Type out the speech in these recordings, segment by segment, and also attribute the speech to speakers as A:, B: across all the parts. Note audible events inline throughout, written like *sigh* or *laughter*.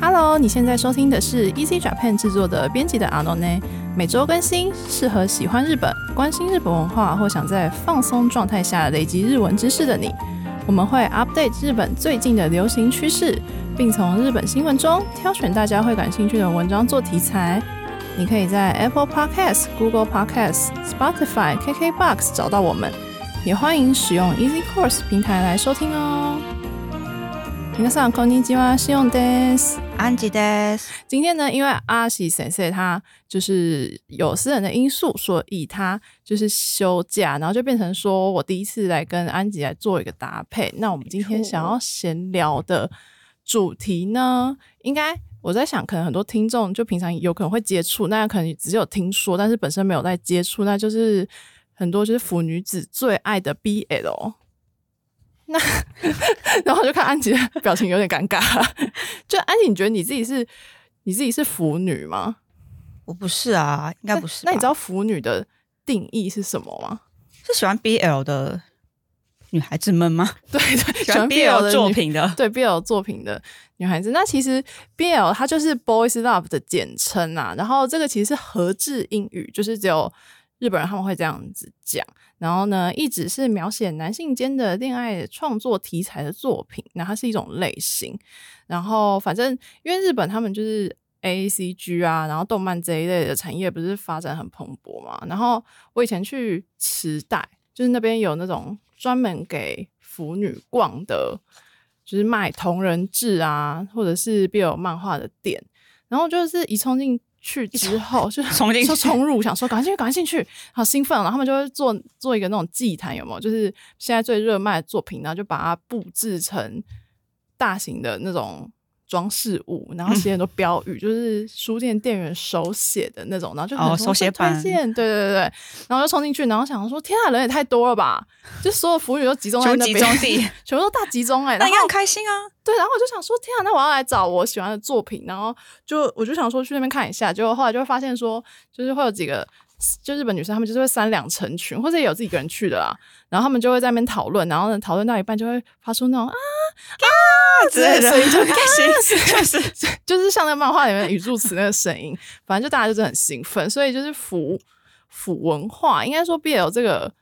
A: Hello，你现在收听的是 Easy Japan 制作的编辑的阿诺内，每周更新，适合喜欢日本、关心日本文化或想在放松状态下累积日文知识的你。我们会 update 日本最近的流行趋势，并从日本新闻中挑选大家会感兴趣的文章做题材。你可以在 Apple Podcast、Google Podcast、Spotify、KKBox 找到我们，也欢迎使用 Easy Course 平台来收听哦。皆さんこんにちは、シオンです。
B: 安吉です。
A: 今天呢，因为阿喜先生他就是有私人的因素，所以他就是休假，然后就变成说我第一次来跟安吉来做一个搭配。那我们今天想要闲聊的主题呢，应该我在想，可能很多听众就平常有可能会接触，那可能只有听说，但是本身没有在接触，那就是很多就是腐女子最爱的 BL。那 *laughs* 然后就看安吉的表情有点尴尬，就安吉，你觉得你自己是你自己是腐女吗？
B: 我不是啊，应该不是吧
A: 那。那你知道腐女的定义是什么吗？ *laughs*
B: 是喜欢 BL 的女孩子们吗？
A: 对对，
B: 喜欢 BL 作品的
A: 女 *laughs* 对 BL 作品的女孩子。那其实 BL 它就是 Boys Love 的简称啊。然后这个其实是合制英语，就是只有日本人他们会这样子讲。然后呢，一直是描写男性间的恋爱创作题材的作品。那它是一种类型。然后反正因为日本他们就是 A C G 啊，然后动漫这一类的产业不是发展很蓬勃嘛。然后我以前去池袋，就是那边有那种专门给腐女逛的，就是卖同人志啊，或者是 BL 漫画的店。然后就是一冲进去之后， *laughs* 就
B: 冲进去
A: 就冲入，想说赶快进去，赶快进去，好兴奋哦。然后他们就会做做一个那种祭坛，有没有？就是现在最热卖的作品，然后就把它布置成大型的那种装饰物，然后写很多标语， *laughs* 就是书店店员手写的那种，然后就很多
B: 哦手写版
A: 推荐，对对对对。然后就冲进去，然后想说天啊，人也太多了吧！就所有腐女都集中在
B: 全部
A: 那
B: 集
A: 边，
B: 中地，
A: *laughs* 全部都大集中哎、欸，
B: 那
A: 然
B: 应
A: 后
B: 该很开心啊。
A: 对，然后我就想说，天啊，那我要来找我喜欢的作品，然后就我就想说去那边看一下，结果后来就会发现说，就是会有几个就日本女生，她们就是会三两成群，或者也有自己一个人去的啦，然后她们就会在那边讨论，然后呢讨论到一半就会发出那种啊
B: 之类的，
A: 所以就
B: 很开 *laughs* 心，就是
A: 就是像那漫画里面的语助词那个声音，反正就大家就是很兴奋，所以就是腐腐文化，应该说 BL 这个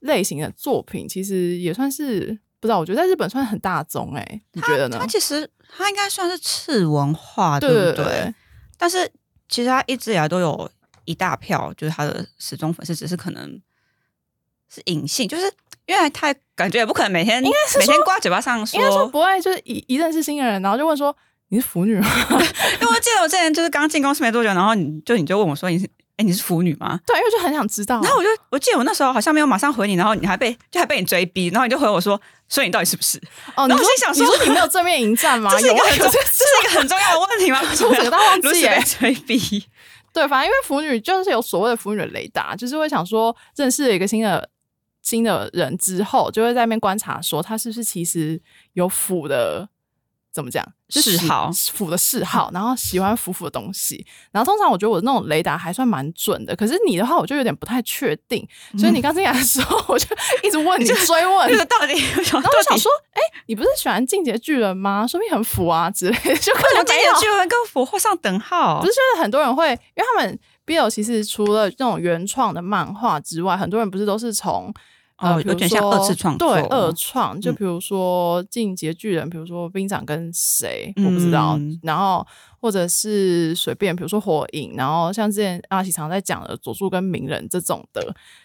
A: 类型的作品，其实也算是不知道，我觉得在日本算很大众哎、你觉得呢
B: 它？其实它应该算是次文化，
A: 对
B: 不
A: 对对，
B: 但是其实它一直以来都有一大票，就是它的始终粉丝，只是可能是隐性，就是因为太感觉也不可能每天每天挂嘴巴上
A: 应该说不会，就是一一认识新的人，然后就问说你是腐女吗？
B: 因哎为我记得我之前就是刚进公司没多久，然后你就你就问我说你是哎、你是腐女吗？
A: 对，因为就很想知道啊。
B: 然后我就我记得我那时候好像没有马上回你，然后你还被就还被你追逼，然后你就回我说，所以你到底是不是？
A: 哦，你
B: 然后
A: 说
B: 我心想
A: 你
B: 说
A: 说你没有正面迎
B: *laughs*
A: 战吗？
B: 这是
A: 有
B: 一个
A: 啊
B: 很
A: 有
B: 重，
A: 这
B: 这是一个很重要的问题吗？为什
A: *laughs*
B: 么
A: 我整个大忘记
B: *laughs* 如此
A: 耶
B: 被追
A: *laughs*
B: 逼？
A: 对，反正因为腐女就是有所谓的腐女的雷达，就是会想说认识了一个新的新的人之后，就会在那边观察说他是不是其实有腐的。怎么讲？就
B: 嗜
A: 喜
B: 好
A: 腐的嗜好，然后喜欢腐腐的东西。然后通常我觉得我那种雷达还算蛮准的，可是你的话我就有点不太确定。所以你刚进来的时候，我就一直问你追问，
B: 嗯就是到底
A: 然后我想
B: 到底
A: 说，哎、你不是喜欢进阶巨人吗？说不定很腐啊之类的，就根
B: 为什么
A: 本就
B: 今
A: 没
B: 天
A: 有
B: 的。巨人跟佛画上等号？
A: 不是，就是很多人会，因为他们 BL 其实除了这种原创的漫画之外，很多人不是都是从呃
B: 哦，
A: 比
B: 有
A: 如
B: 点像
A: 说
B: 二次创作，
A: 对二创，就
B: 嗯
A: 比如说《进阶巨人》，比如说兵长跟谁，我不知道，
B: 嗯
A: 然后或者是随便，比如说火影，然后像之前阿喜常在讲的佐助跟鸣人这种的，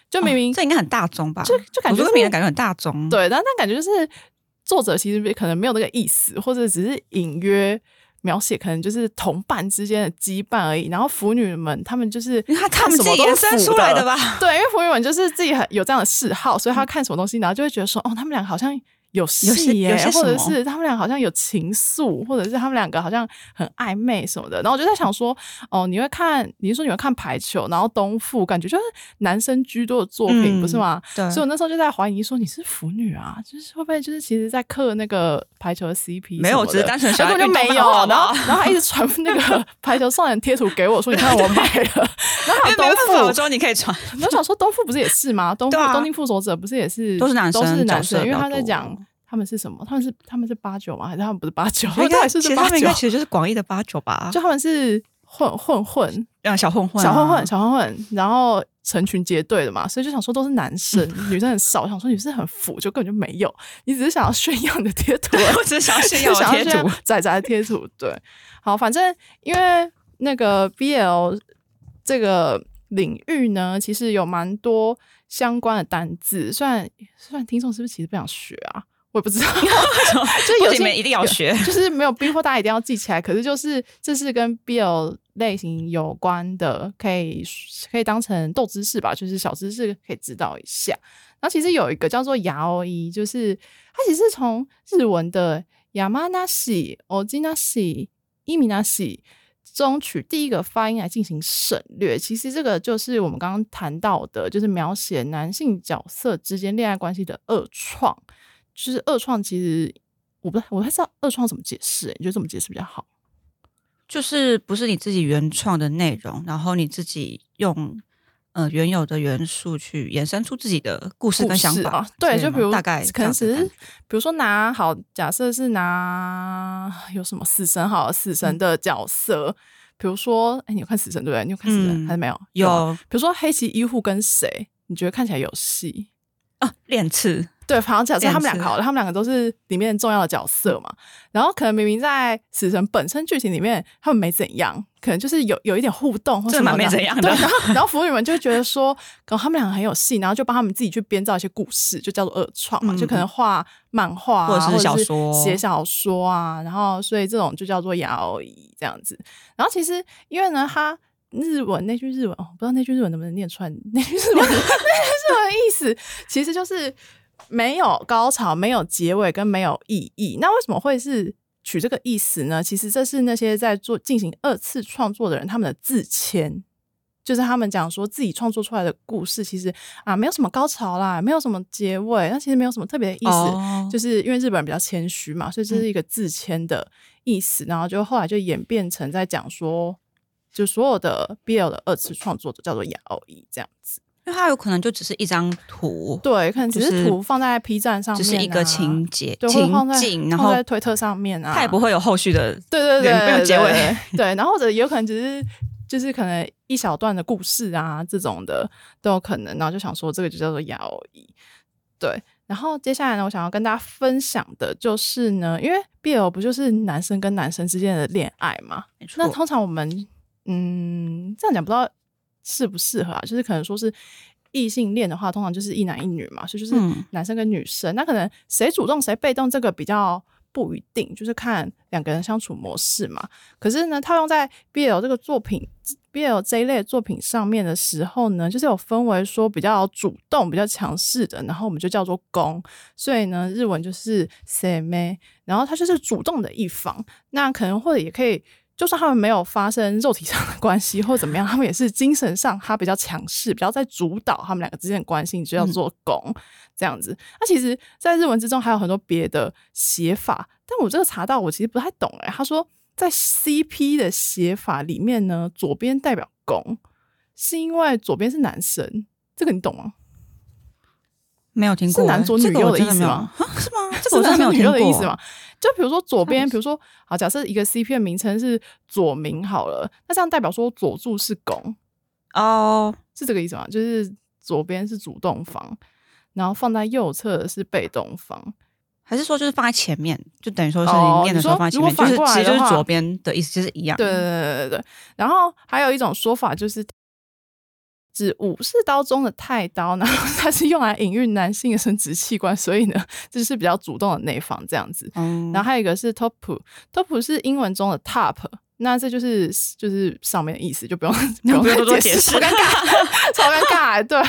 A: 就明明、
B: 哦这应该很大众吧？
A: 就就感觉
B: 我
A: 是
B: 说名人感觉很大众，，
A: 对，但但感觉就是作者其实可能没有那个意思，或者只是隐约描写，可能就是同伴之间的羁绊而已。然后腐女们，她们就是
B: 因为他他
A: 看
B: 们
A: 什
B: 自
A: 么
B: 己
A: 都
B: 延
A: 是
B: 伸
A: 腐
B: 出来
A: 的
B: 的？吧？
A: *laughs* 对，因为腐女们就是自己很有这样的嗜好，所以她看什么东西，然后就会觉得说，哦，他们两个好像。有
B: 些
A: 戏耶、
B: 有些
A: 或
B: 什
A: 者
B: 么
A: 是他们俩好像有情愫，或者是他们两个好像很暧昧什么的。然后我就在想说，哦，你会看，你是说你会看排球，然后东富，感觉就是男生居多的作品，不是
B: 嗯
A: 吗？
B: 对，
A: 所以我那时候就在怀疑说你是腐女啊，就是会不会就是其实在刻那个排球的 CP？
B: 没有
A: 什么的
B: 只是单纯
A: 结
B: 想要
A: 果就
B: 运动
A: 没有。
B: 漫画
A: 然后
B: 吧
A: 然后还一直传那个
B: *laughs*
A: 排球少年贴图给我说，你看我买了。然后还
B: 因
A: 有
B: 为
A: 东
B: 没办法，我
A: 富，
B: 说你可
A: *laughs*
B: 以传，
A: 我想说东富不是也是吗？东富
B: 对啊
A: 东京复仇者不是也是
B: 都是男生
A: 都是男
B: 角色
A: 生，因为
B: 比较
A: 他在
B: 多
A: 讲他们是什么？他们是他们是八九吗？还是他们不是八九？
B: 我应
A: 到
B: 该
A: 底是不是
B: 其实
A: 八
B: 他们应
A: 九
B: 该？其实就是广义的八九吧，
A: 就他们是混混混，
B: 让小混混啊、
A: 小混混，小混混，然后成群结队的嘛，所以就想说都是男生，
B: *laughs*
A: 女生很少。我想说女生很腐，就根本就没有，你只是想要炫耀你的贴图而已，
B: 我只是想要 *laughs* 炫耀我
A: *laughs* 想
B: 贴
A: 炫
B: 图
A: 耀，仔仔的贴图。对，好，反正因为那个 BL 这个领域呢，其实有蛮多相关的单字，虽然虽然听众是不是其实不想学啊？我也
B: *laughs*
A: 不知道，就有
B: 不行你
A: 些
B: 们一 *laughs* 定要学
A: 有 *laughs* 就是没有逼迫大家一定要记起来。可是就是这是跟 BL 类型有关的，可以可以当成豆知识吧，就是小知识可以知道一下。然后其实有一个叫做牙欧伊，就是它其实是从日文的亚麻那喜、欧吉那喜、伊米那喜中取第一个发音来进行省略。其实这个就是我们刚刚谈到的，就是描写男性角色之间恋爱关系的恶创。就是恶创，其实我不太我不太知道恶创怎么解释、欸，你觉得怎么解释比较好？
B: 就是不是你自己原创的内容，然后你自己用呃原有的元素去衍生出自己的故事
A: 故
B: 跟想
A: 事
B: 法
A: 啊，，对，
B: 是
A: 就
B: 吗
A: 比如
B: 大概
A: 可能
B: 这样
A: 只
B: 子的
A: 是
B: 感觉
A: 比如说拿好，假设是拿有什么死神好了死神
B: 嗯
A: 的角色，比如说，哎、你有看死神对不对？你有看死神、
B: 嗯
A: 还是没有？啊
B: 有
A: 比如说黑崎一护跟谁，你觉得看起来有戏？
B: 啊练刺，
A: 对，好像假设他们
B: 这
A: 两
B: 样子
A: 个好了，他们两个都是里面重要的角色嘛。然后可能明明在死神本身剧情里面，他们没怎样，可能就是有有一点互动或
B: 这
A: 什么
B: 蛮没
A: 的
B: 怎样的
A: 对，然
B: *laughs*
A: 后然后腐女们就会觉得说，可能他们两个很有戏，然后就帮他们自己去编造一些故事，就叫做二创嘛，
B: 嗯
A: 就可能画漫画、啊、
B: 或者是
A: 是
B: 小说
A: 写小说啊。然后所以这种就叫做摇椅这样子。然后其实因为呢，他。日文那句日文，哦，不知道那句日文能不能念出来？ *laughs* 那句日文，那句日文的意思其实就是没有高潮、没有结尾跟没有意义。那为什么会是取这个意思呢？其实这是那些在做进行二次创作的人他们的自谦，就是他们讲说自己创作出来的故事，其实啊没有什么高潮啦，没有什么结尾，那其实没有什么特别的意思。
B: 哦嗯
A: 就是因为日本人比较谦虚嘛，所以这是一个自谦的意思，然后就后来就演变成在讲说，就所有的 BL 的二次创作者叫做亚欧伊这样子。
B: 因为它有可能就只是一张图，
A: 对，可能只
B: 就是
A: 是图放在 P 站上面、
B: 只
A: 啊，
B: 是一个情节
A: 对，或者放
B: 情
A: 在
B: 景，然
A: 放
B: 后
A: 在推特上面啊，
B: 它也不会有后续的。
A: 对对对，
B: 对没有结尾
A: 对，对对然后或者有可能只是就是可能一小段的故事啊这种的都有可能，然后就想说这个就叫做摇椅，对。然后接下来呢，我想要跟大家分享的就是呢，因为 BL 不就是男生跟男生之间的恋爱嘛？
B: 没错
A: 那通常我们嗯这样讲不知道适不适合啊，就是可能说是异性恋的话，通常就是一男一女嘛，所以就是
B: 嗯
A: 男生跟女生，那可能谁主动谁被动这个比较不一定，就是看两个人相处模式嘛。可是呢，套用在 BL 这个作品。BL 这一类作品上面的时候呢，就是有分为说比较主动、比较强势的，然后我们就叫做攻，所以呢，日文就是せめ，然后它就是主动的一方，那可能或者也可以，就算他们没有发生肉体上的关系或怎么样，他们也是精神上他比较强势，比较在主导他们两个之间的关系，就叫做攻、这样子。那其实，在日文之中还有很多别的写法，但我这个查到我其实不太懂哎、他说，在 CP 的写法里面呢，左边代表攻，是因为左边是男生，这个你懂吗？
B: 没有听
A: 是
B: 过欸，
A: 男左
B: 这
A: 女
B: 个
A: 右
B: 我
A: 的
B: 真
A: 意思
B: 没有
A: 吗？
B: 啊是
A: *laughs*
B: 吗？这
A: 是
B: 个我真的没有
A: 男
B: 听
A: 女
B: 过
A: 二的意思嘛？就比如说左边，
B: 看
A: 比如说好，假设一个 CP 的名称是左明好了，那这样代表说左柱是拱，
B: 哦，
A: 是这个意思吗？就是左边是主动方，然后放在右侧的是被动方。
B: 还是说就是放在前面，就等于说是
A: 哦
B: 你念的时候
A: 你说
B: 放在前
A: 如果反
B: 面，就是
A: 过来
B: 其实
A: 的
B: 就是
A: 话
B: 左边的意思，就是一样。
A: 对对对对对。然后还有一种说法就是。指武士刀中的太刀，然后 *laughs* 它是用来隐喻男性的生殖器官，所以呢，就是比较主动的那一方这样子。
B: 嗯，
A: 然后还有一个是 top，top 是英文中的 top，那这就是就是上面的意思，就不用 *laughs* 不用
B: 不用多
A: 再
B: 解释
A: 超尴尬，超尴尬、欸对，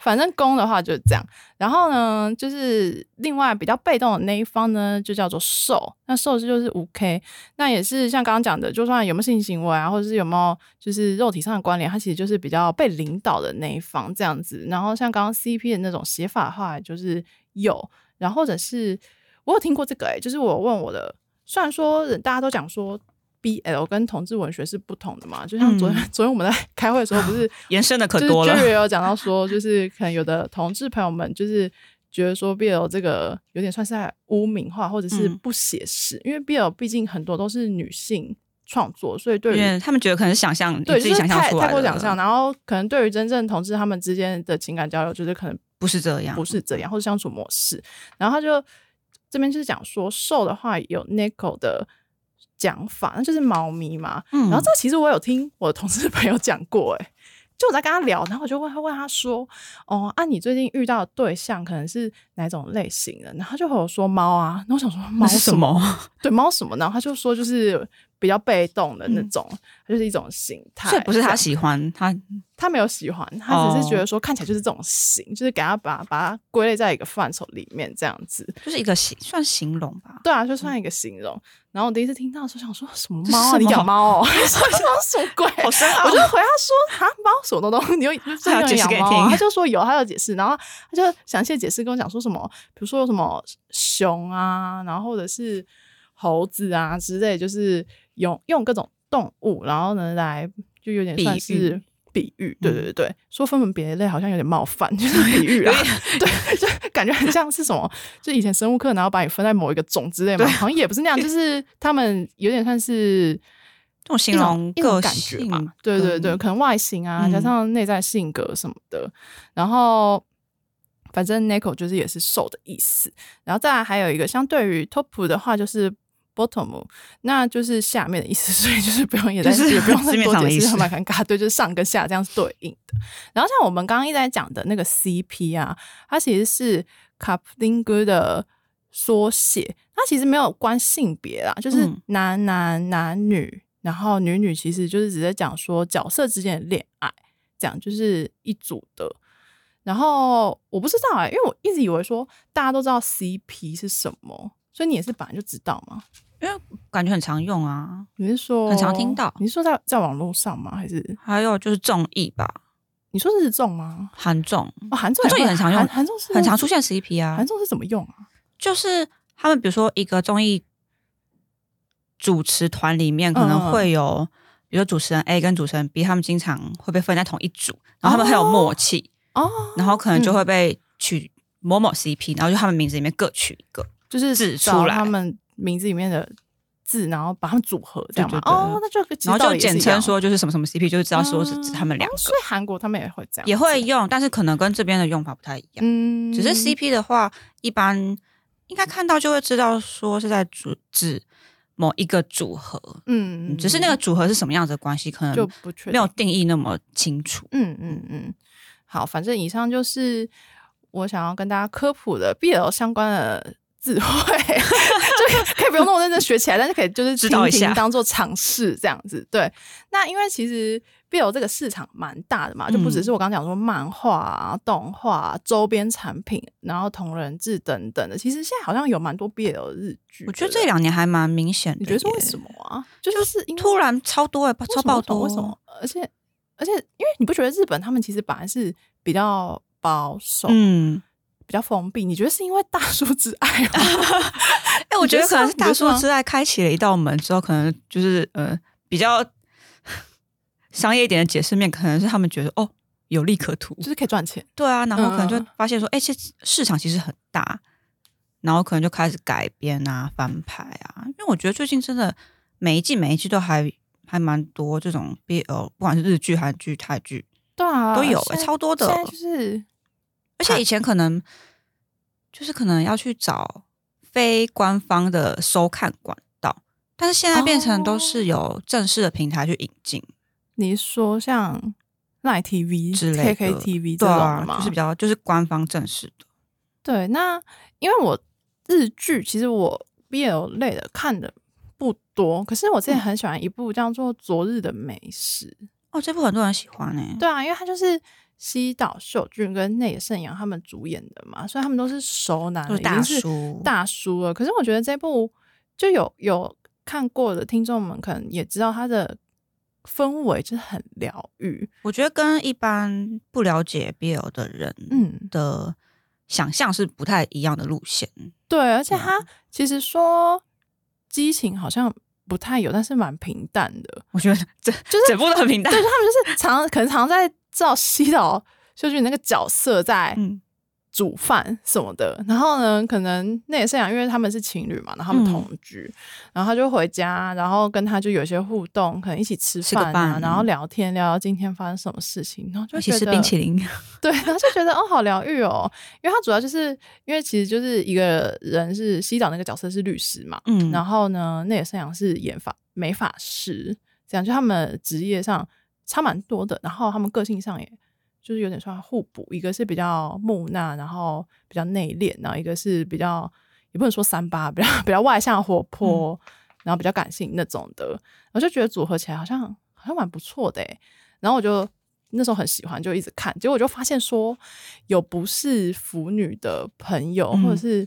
A: 反正攻的话就是这样。然后呢，就是另外比较被动的那一方呢，就叫做受，那受是就是五 k，那也是像刚刚讲的，就算有没有性行为啊，或者是有没有就是肉体上的关联，它其实就是比较被领导的那一方这样子。然后像刚刚 CP 的那种写法的话，就是有，然后或者是我有听过这个、欸，就是我问我的，虽然说人大家都讲说 BL 跟同志文学是不同的嘛，就像昨天、昨天我们在 *laughs* 开会的时候，不是
B: 嗯延伸的可
A: 就是
B: 多了
A: Jerry 有讲到说，就是可能有的同志朋友们就是觉得说 BL 这个有点算是在污名化或者是
B: 嗯
A: 不写实，因为 BL 毕竟很多都是女性创作，所以对
B: 因
A: 于
B: 为他们觉得可能是想象，你
A: 对，就
B: 自己
A: 是
B: 想象
A: 太
B: 出来
A: 太过
B: 的
A: 想象，然后可能对于真正同志他们之间的情感交流，就是可能
B: 不是这样，
A: 不是这样，或者相处模式。然后他就这边就是讲说，瘦的话有 Nico 的讲法，那就是猫咪嘛。
B: 嗯。
A: 然后这其实我有听我的同事朋友讲过、欸，哎，就我在跟他聊，然后我就问他问他说，哦，啊，你最近遇到的对象可能是哪种类型的？然后他就和我说猫啊，然后我想说猫
B: 那是什
A: 么？
B: 么？
A: 对猫什么？然后他就说就是比较被动的那种，它就是一种形态。
B: 嗯所以不是
A: 这
B: 他
A: 样
B: 喜欢他，
A: 他没有喜欢，他只
B: 哦
A: 是觉得说看起来就是这种型，就是给他把把它归类在一个范畴里面这样子。
B: 就是一个形算形容吧。
A: *laughs* 对啊，就算一个形容。然后我第一次听到的时候想说什么
B: 这是
A: 猫
B: 什
A: 啊，你
B: 么
A: 讲猫哦， *laughs* 我想说什么鬼？
B: 好深奥
A: 我就回他说啊，猫什么东西？你有真的
B: 他有
A: 有
B: 解释
A: 养
B: 给你
A: 猫、啊？
B: 听
A: 他就说有，他有解释，然后他就详细地解释跟我讲说什么，比如说有什么熊啊，然后或者是猴子啊之类，就是用用各种动物，然后呢来就有点
B: 比
A: 算
B: 喻
A: 是。比喻，对对对
B: 嗯
A: 对，说分门别类好像有点冒犯，就是比喻啊
B: 有，
A: 对，就感觉很像是什么，就以前生物课，然后把你分在某一个种之类嘛，
B: 对
A: 好像也不是那样，就是他们有点算是
B: 这种形
A: 一种
B: 容
A: 一种
B: 个
A: 感觉
B: 性
A: 嘛，对对对，
B: 跟
A: 可能外形啊，
B: 嗯
A: 加上内在性格什么的，然后反正 Nico 就是也是瘦的意思，然后再来还有一个相对于 top 的话就是 bottom，那就是下面的意思，所以就是不用也在、
B: 就是
A: 也不用再
B: 字面上
A: 多
B: 的意
A: 解
B: 思
A: 释，还蛮尴尬，对，就是上跟下这样是对应的。然后像我们刚刚一直在讲的那个 CP 啊，它其实是 Kaplingu 的缩写，它其实没有关性别啦，就是
B: 嗯
A: 男男男女，然后女女其实就是只在讲说角色之间的恋爱，这样就是一组的。然后我不知道哎、因为我一直以为说大家都知道 CP 是什么，所以你也是本来就知道吗？
B: 感觉很常用啊。
A: 你是说
B: 很常听到
A: 你是说在在网络上吗？还是
B: 还有就是综艺吧，你
A: 你说日综吗？
B: 韩综
A: 哦，韩综
B: 嗯韩综也很常用
A: 韩韩综是
B: 很常出现 CP 啊
A: 韩，综是怎么用啊？
B: 就是他们比如说一个综艺主持团里面可
A: 嗯嗯
B: 能
A: 嗯
B: 会有，比如说主持人 A 跟主持人 B，他们经常会被分在同一组，然后他们很有默契，
A: 哦，
B: 然后可能就会被取某某 CP，然后就他们名字里面各取一个。
A: 就是
B: 字
A: 找
B: 出来
A: 他们名字里面的字，然后把它们组合，这样吗？
B: 对对对
A: 哦，那就其实
B: 然后
A: 道
B: 就
A: 理也是
B: 简
A: 一
B: 称
A: 样
B: 说就是什么什么 CP，就是知道说是
A: 嗯
B: 指他们两
A: 哦
B: 个，
A: 所以韩国他们也会这样，
B: 也会，用，但是可能跟这边的用法不太一样。
A: 嗯，
B: 只是 CP 的话，一般应该看到就会知道说是在组指某一个组合，
A: 嗯，嗯，
B: 只是那个组合是什么样子的关系，可
A: 嗯就
B: 能
A: 不确定
B: 没有定义那么清楚。
A: 嗯嗯嗯，好，反正以上就是我想要跟大家科普的 BL 相关的智慧， *laughs* 就可以不用那么认真学起来，但是可以就是
B: 知道
A: 听
B: 一下
A: 听当做尝试这样子。对，那因为其实 BL 这个市场蛮大的嘛，就不只
B: 嗯
A: 是我刚讲说漫画啊、动画、啊、周边产品，然后同人志等等的，其实现在好像有蛮多 BL 的日剧。
B: 我觉
A: 对不
B: 得
A: 对
B: 这两年还蛮明显的
A: 你
B: 耶，
A: 觉得是为什么啊？就是因为
B: 突然超多哎，
A: 为
B: 超
A: 什么
B: 爆
A: 为什么为
B: 多？
A: 什么？？而且而且，因为你不觉得日本他们其实本来是比较保守、
B: 嗯，
A: 比较封闭？你觉得是因为大叔之爱吗？
B: *laughs* 哎，我
A: 你
B: 觉
A: 觉得
B: 得可能
A: 是吗
B: 是大
A: 你觉得
B: 叔
A: 是吗
B: 之爱开启了一道门之后，可能就是呃比较 *laughs* 商业一点的解释面，可能是他们觉得哦有利可图，
A: 就是可以赚钱，
B: 对啊，然后可能就
A: 嗯
B: 发现说，哎、其实市场其实很大，然后可能就开始改编啊、翻拍啊。因为我觉得最近真的每一季每一季都还还蛮多这种 BL，不管是日剧、韩剧、泰剧，
A: 对啊
B: 都有欸
A: 现在
B: 超多的哦
A: 现在就是
B: 而且以前可能就是可能要去找非官方的收看管道，但是现在变成
A: 哦
B: 都是有正式的平台去引进
A: 你说像赖 TV
B: 之类的
A: KKTV 这
B: 对
A: 种
B: 啊
A: 的，吗？
B: 就是比较就是官方正式的。
A: 对，那因为我日剧，其实我 BL 类的看的不多，可是我之
B: 嗯
A: 前很喜欢一部叫做《昨日的美食》。
B: 哦，这部很多人喜欢呢、
A: 对啊，因为他就是西岛秀俊跟内野圣阳他们主演的嘛，所以他们都是熟男
B: 都
A: 了，
B: 是
A: 已
B: 大
A: 经是
B: 叔
A: 大叔了。可是我觉得这部就有有看过的听众们可能也知道它的氛围就是很疗愈，
B: 我觉得跟一般不了解 BL 的人
A: 嗯，
B: 的想象是不太一样的路线。
A: 对，而且
B: 对啊
A: 他其实说激情好像不太有，但是蛮平淡的，
B: *laughs* 我觉得这
A: *laughs* 就是
B: 整部都很平淡
A: 对，就他们就是常可能常在照西岛秀俊那个角色在
B: 嗯，
A: 煮饭什么的。然后呢，可能那也是想，因为他们是情侣嘛，然后他们
B: 嗯
A: 同居，然后他就回家，然后跟他就有些互动，可能一起吃
B: 吃个
A: 饭啊，
B: 饭
A: 然后聊天，聊聊今天发生什么事情，然后就
B: 一
A: 觉
B: 起
A: 得
B: 吃冰淇淋，
A: *laughs* 对，然后就觉得哦，好疗愈哦，因为他主要就是因为其实就是一个人是西岛那个角色是律师嘛，
B: 嗯，
A: 然后呢，内野圣阳是演法美法师，这样就他们职业上差蛮多的，然后他们个性上也就是有点算互补，一个是比较木讷，然后比较内敛，然后一个是比较也不能说三八，比较 *laughs* 比较外向活泼，然后比较感性那种的，我就觉得组合起来好像好像蛮不错的欸然后我就那时候很喜欢，就一直看，结果我就发现说，有不是腐女的朋友、
B: 嗯
A: 或者是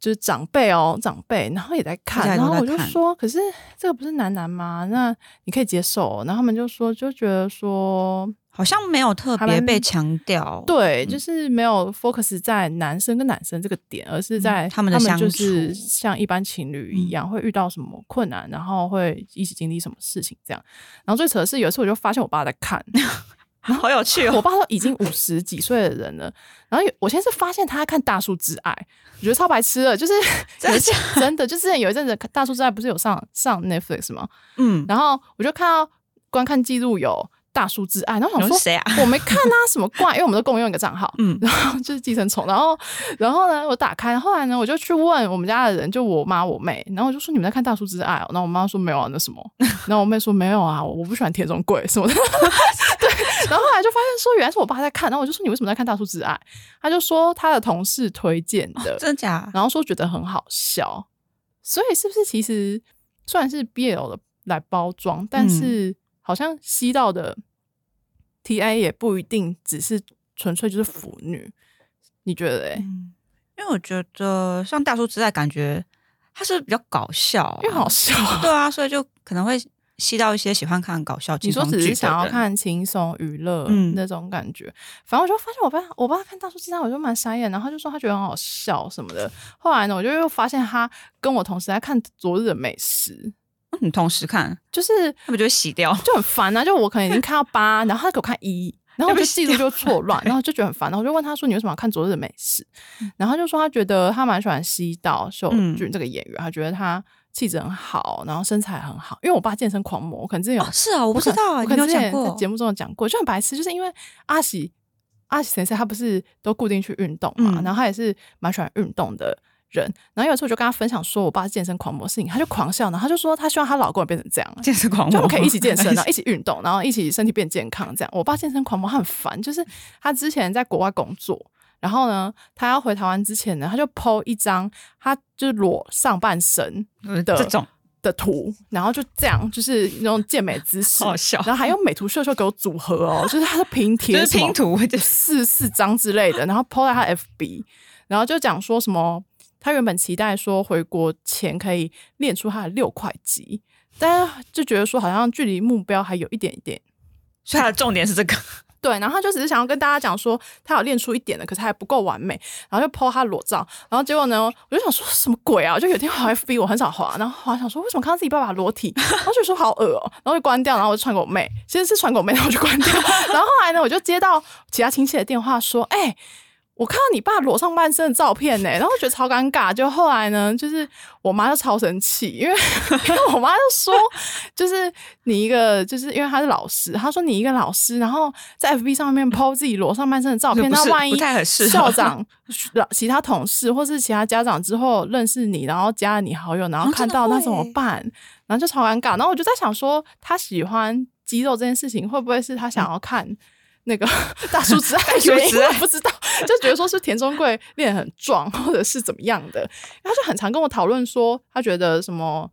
A: 就是长辈哦，长辈，然后也在看，
B: 大家
A: 然
B: 都
A: 后
B: 在
A: 我就
B: 看
A: 说，可是这个不是男男吗？那你可以接受哦、然后他们就说，就觉得说，
B: 好像没有特
A: 还
B: 别
A: 蛮
B: 被强调，
A: 对，
B: 嗯
A: 就是没有 focus 在男生跟男生这个点，而是在、
B: 嗯他们的相处嗯
A: 就是像一般情侣一样，会遇到什么困难，然后会一起经历什么事情这样。然后最扯的是，有一次我就发现我爸在看，
B: 好有趣哦
A: 我！爸都已经五十几岁的人了，然后有我现在是发现他在看《大叔之爱》，我觉得超白痴的，就是
B: *laughs* 真的
A: 有一阵真的，就之前有一阵子《大叔之爱》不是有上上 Netflix 吗？
B: 嗯，
A: 然后我就看到观看记录有《大叔之爱》，然后我
B: 你
A: 想
B: 说
A: 说
B: 谁啊？ *laughs*
A: 我没看啊，什么怪？因为我们都共用一个账号，
B: 嗯
A: 然后就是寄生虫，然后然后呢，我打开，后来呢，我就去问我们家的人，就我妈我妹，然后我就说你们在看《大叔之爱》哦，然后我妈说没有啊，那什么，然后我妹说没有啊，我我不喜欢田中贵什么的，对，然后后来就发现说原来是我爸在看，然后我就说你为什么在看《大叔之爱》，他就说他的同事推荐的，
B: 真的假？
A: 然后说觉得很好笑，所以是不是其实虽然是 BL 的来包装，
B: 嗯
A: 但是好像吸到的 TA 也不一定只是纯粹就是腐女，你觉得嘞？
B: 嗯，因为我觉得像大叔之爱，感觉他是比较搞笑啊、
A: 因为很好笑啊，
B: 对啊，所以就可能会吸到一些喜欢看搞笑
A: 你
B: 轻
A: 说
B: 松剧的
A: 只
B: 人。
A: 是想要看轻松娱乐
B: 嗯
A: 那种感觉，反正我就发现我爸我爸看《大叔之爱》，我就蛮傻眼，然后他就说他觉得很好笑什么的。后来呢，我就又发现他跟我同时在看《昨日的美食
B: 嗯，你同时看，》，
A: 就是
B: 他不就会洗掉？
A: 就很烦啊！就我可能已经看到八，然后他给我看
B: *laughs*
A: 一，然后我就记录就错乱，然后就觉得很烦。然后我就问他说：“你为什么要看昨日的美食？”
B: 嗯
A: 然后他就说他觉得他蛮喜欢西岛秀俊这个演员，他觉得他气质很好，然后身材很好。因为我爸健身狂魔，我可能之前有、
B: 哦，是啊，我不知道啊，
A: 我
B: 你
A: 可
B: 没
A: 能
B: 有
A: 之前
B: 讲
A: 在
B: 过
A: 节目中有讲过，就很白痴，就是因为阿喜阿喜先生他不是都固定去运动嘛，
B: 嗯
A: 然后他也是蛮喜欢运动的。人，然后有一次我就跟他分享说我爸是健身狂魔的事情，他就狂笑，然后他就说他希望他老公也变成这样，
B: 健身狂魔，
A: 就我们可以一起健
B: *laughs*
A: 身，然啊后一起运动，然后一起身体变健康。这样，我爸健身狂魔，他很烦，就是他之前在国外工作，然后呢，他要回台湾之前呢，他就 PO 一张他就是裸上半身
B: 嗯
A: 的
B: 这种
A: 的图，然后就这样，就是那种健美姿势
B: 好，好笑，
A: 然后还用美图秀秀给我组合哦，就是他的拼
B: 就
A: 贴
B: 是
A: 什么
B: 拼图，就是
A: 四四张之类的，然后 PO 在他 FB，然后就讲说什么，他原本期待说回国前可以练出他的六块肌，但是就觉得说好像距离目标还有一点点。 *laughs*
B: 所以它的重点是这个。
A: 对，然后他就只是想要跟大家讲说，他有练出一点的，可是还不够完美，然后就 PO 他裸照，然后结果呢，我就想说什么鬼啊？我就有一天滑 FB，我很少滑，然后滑想说为什么看到自己爸爸裸体，然后就说好恶哦、然后就关掉，然后我就传给我妹，先是传给我妹，然后我就关掉，然后后来呢，我就接到其他亲戚的电话说，哎、我看到你爸裸上半身的照片呢、然后我觉得超尴尬。就后来呢，就是我妈就超生气，因为 *laughs* 因为我妈就说，就是你一个，就是因为她是老师，她说你一个老师，然后在 FB 上面 PO 自己裸上半身的照片，
B: 不
A: 那
B: 是
A: 万一
B: 不太很适合
A: 校长、其他同事或是其他家长之后认识你，然后加了你好友，然后
B: 哦真
A: 看
B: 的
A: 到、那
B: 会
A: 怎么
B: 欸
A: 办？然后就超尴尬。然后我就在想说，他喜欢肌肉这件事情，会不会是他
B: 嗯
A: 想要看那个 *laughs* 大叔
B: *laughs*
A: 之爱的
B: 叔
A: 原因？
B: 之
A: *laughs*
B: 爱
A: 我不知道，就觉得说是田中贵练得很壮，或者是怎么样的。然后他就很常跟我讨论说，他觉得什么，